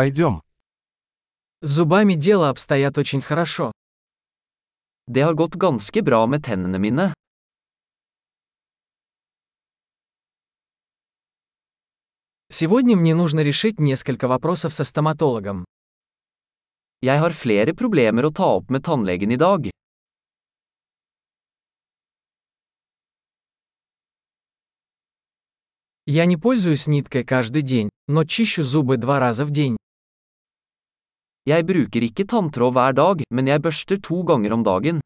Пойдем. С зубами дело обстоят очень хорошо. Det har gått ganske bra med tennene mine. Сегодня мне нужно решить несколько вопросов со стоматологом. Jeg har flere problemer å ta opp med tannlegen i dag. Я не пользуюсь ниткой каждый день, но чищу зубы два раза в день. Jeg bruker ikke tanntråd hver dag, men jeg børster to ganger om dagen.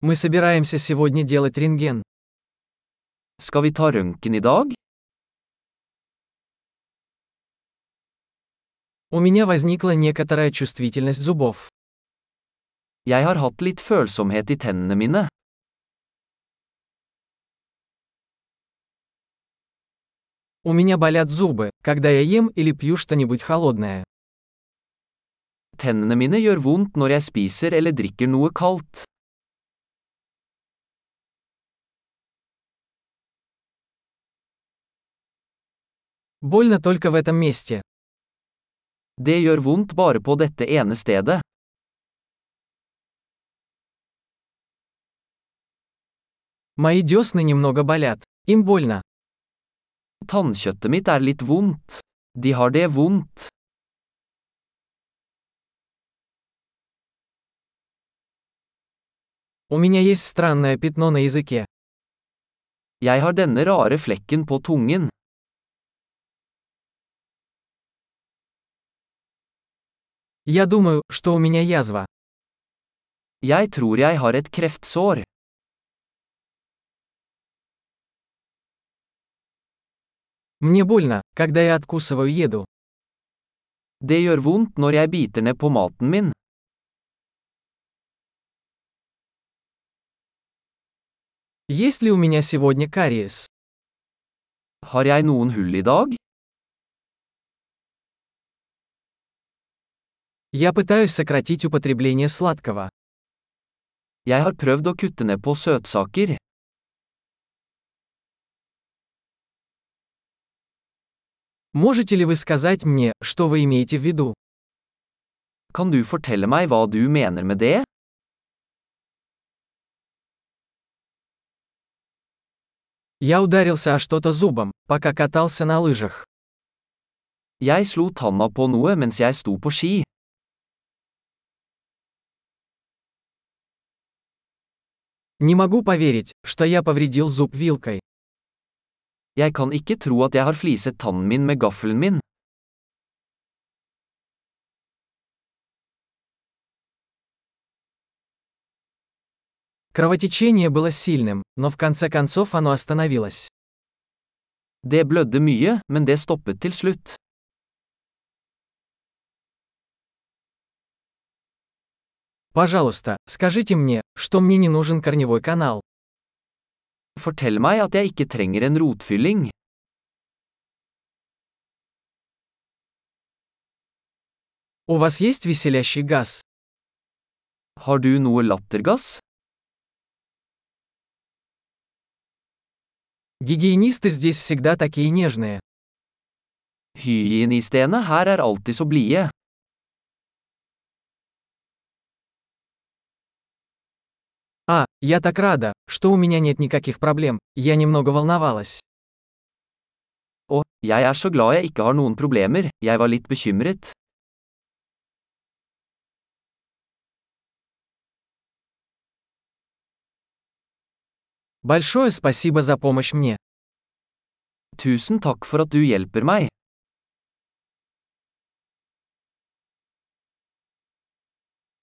Мы собираемся сегодня делать рентген. Skal vi ta røntgen i dag? У меня возникла некоторая чувствительность зубов. Jeg har hatt litt følsomhet i tennene mine. У меня болят зубы, когда я ем или пью что-нибудь холодное. Tennene mine gjør vondt når jeg spiser eller drikker noe kaldt. Больно только в этом месте. Det gjør vondt bare på dette ene stedet. Мои десны немного болят. Им больно. Tannkjøttet mitt er litt vondt. De har det vondt. У меня есть странное пятно на языке. Jeg har denne rare flekken på tungen. Я думаю, что у меня язва. Jeg tror jeg har et kreftsår. Мне больно, когда я откусываю еду. Det gjør vondt når jeg biter ned på maten min. Есть ли у меня сегодня кариес? Har jeg noen hull i dag? Я пытаюсь сократить употребление сладкого. Jeg har prøvd å kutte ned på søtsaker. Можете ли вы сказать мне, что вы имеете в виду? Kan du fortelle meg hva du mener med det? Я ударился о что-то зубом, пока катался на лыжах. Jeg slo tanna på noe mens jeg sto på ski. Не могу поверить, что я повредил зуб вилкой. Jeg kan ikke tro at jeg har fliset tannen min med gaffelen min. Кровотечение было сильным, но в конце концов оно остановилось. Det blødde mye, men det stoppet til slutt. Пожалуйста, скажите мне, что мне не нужен корневой канал. Fortell meg at jeg ikke trenger en rotfylling. У вас есть веселящий газ? Har du noe lattergass? Гигиенисты здесь всегда такие нежные. Hygienistene her er alltid så blide. А, я так рада, что у меня нет никаких проблем, я немного волновалась. Og, jeg er så glad jeg ikke har noen problemer, jeg var litt bekymret. Большое спасибо за помощь мне. Tusen takk for at du hjelper meg.